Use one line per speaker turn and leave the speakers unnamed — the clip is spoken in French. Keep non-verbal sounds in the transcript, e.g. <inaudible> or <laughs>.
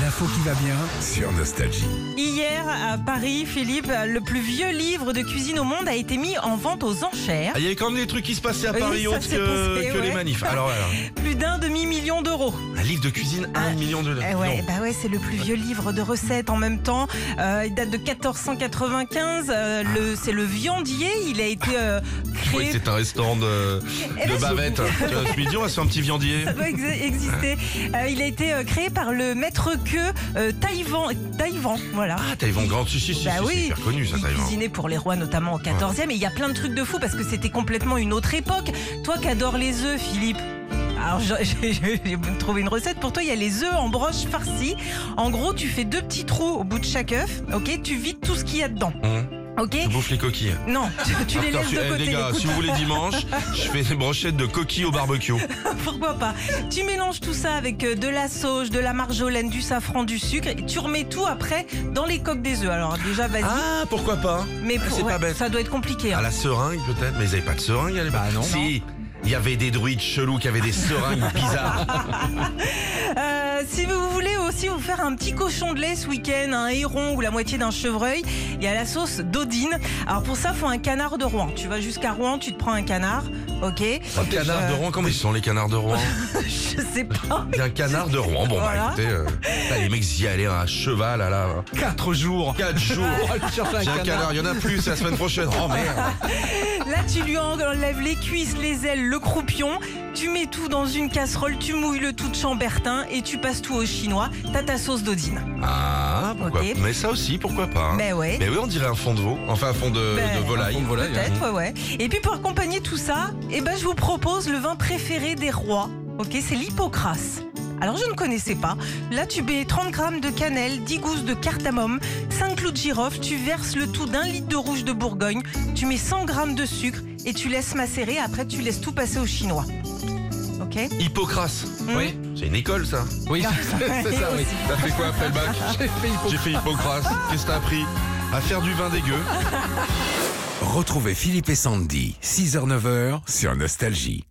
l'info qui va <laughs> bien.
Sur Nostalgie.
Hier, à Paris, Philippe, le plus vieux livre de cuisine au monde a été mis en vente aux enchères.
Ah, Il y avait quand même des trucs qui se passaient à
Oui,
Paris
ça
autres
s'est
que,
passé,
que les
ouais.
manifs. Alors, alors,
Plus d'un demi-million d'euros.
un livre de cuisine,
Ah,
1 million de
Eh
dollars.
ouais, bah ouais, c'est le plus vieux livre de recettes en même temps. Euh, il date de 1495. euh, le, c'est le viandier. Il a été euh,
Je croyais
créé.
que c'était un restaurant de,
Eh ben,
de
je- <laughs>
bavette. Tu vois, Je me dis, on va se faire un petit viandier.
Ça doit ex- exister. Euh, il a été euh, créé par le maître queue euh, Taïwan. Taïwan, voilà.
Ah, Taïwan Grand, si, si, si,
Bah
si,
oui.
c'est hyper connu ça,
Il
Taïwan.
cuisinait pour les rois, notamment au 14e. Et il y a plein de trucs de fou parce que c'était complètement une autre époque. Toi qui adores les œufs, Philippe. Alors, <laughs> j'ai- j'ai j'ai trouvé une recette pour toi. Il y a les œufs en broche farcie. En gros, tu fais deux petits trous au bout de chaque œuf. Ok, tu vides tout ce qu'il y a dedans.
Hum,
Ok
Je bouffe les coquilles.
Non, <laughs> tu, tu les
Attends,
laisses
si-
de
eh,
côté.
les
<laughs>
gars,
écoute,
si vous voulez dimanche, je fais des brochettes de coquilles au barbecue.
pourquoi pas Tu mélanges tout ça avec euh, de la sauge, de la marjolaine, du safran, du sucre. Et tu remets tout après dans les coques des œufs. Alors déjà, vas-y.
Ah, pourquoi pas
mais
c'est pas bête.
ça doit être compliqué. hein.
À la seringue peut-être, mais ils n'avaient pas de seringue à l'époque.
Bah, non.
Si, il y avait des druides chelous qui avaient des seringues
<laughs>
bizarres.
Euh, si vous voulez aussi vous faire un petit cochon de lait ce week-end, un héron ou la moitié d'un chevreuil, il y a la sauce d'Odine. Alors pour ça, faut un canard de Rouen. Tu vas jusqu'à Rouen, tu te prends un canard, ok <laughs>
Un canard de Rouen, comment ils sont les canards de Rouen
Je sais pas.
Il y a un canard de Rouen. Bon,
Voilà.
bah écoutez, euh, putain, les mecs y allaient à cheval, à la.
Quatre jours.
4 jours.
Oh, tu cherches <laughs> un
J'ai un
canard.
canard, il y en a plus, c'est la semaine prochaine.
<laughs>
Oh merde.
Là, tu lui enlèves les cuisses, les ailes, le croupion. Tu mets tout dans une casserole, tu mouilles le tout de chambertin et tu passes tout au chinois. T'as ta sauce d'Odine.
Ah, pourquoi
Ok.
Mais ça aussi, pourquoi pas hein.
Ben ouais.
Mais oui, on dirait un fond de veau. Enfin, un fond de,
Ben,
de volaille.
un fond de volaille,
Peut-être, ouais, ouais. Et puis pour accompagner tout ça, eh ben, je vous propose le vin préféré des rois. Ok, c'est l'hypocras. Alors je ne connaissais pas. Là, tu mets 30 grammes de cannelle, 10 gousses de cardamome, 5 clous de girofle, tu verses le tout d'un litre de rouge de Bourgogne, tu mets 100 grammes de sucre et tu laisses macérer. Après, tu laisses tout passer au chinois. Ok
hein.
Mmh.
Hippocrase.
Oui,
C'est une
<laughs>
école, ça.
oui. C'est ça, <laughs> oui.
T'as fait quoi après le bac
J'ai fait hypo-
J'ai fait Hippocrase. Qu'est-ce que t'as appris À faire du vin dégueu.
Retrouvez Philippe et Sandy, 6h-9h, sur Nostalgie.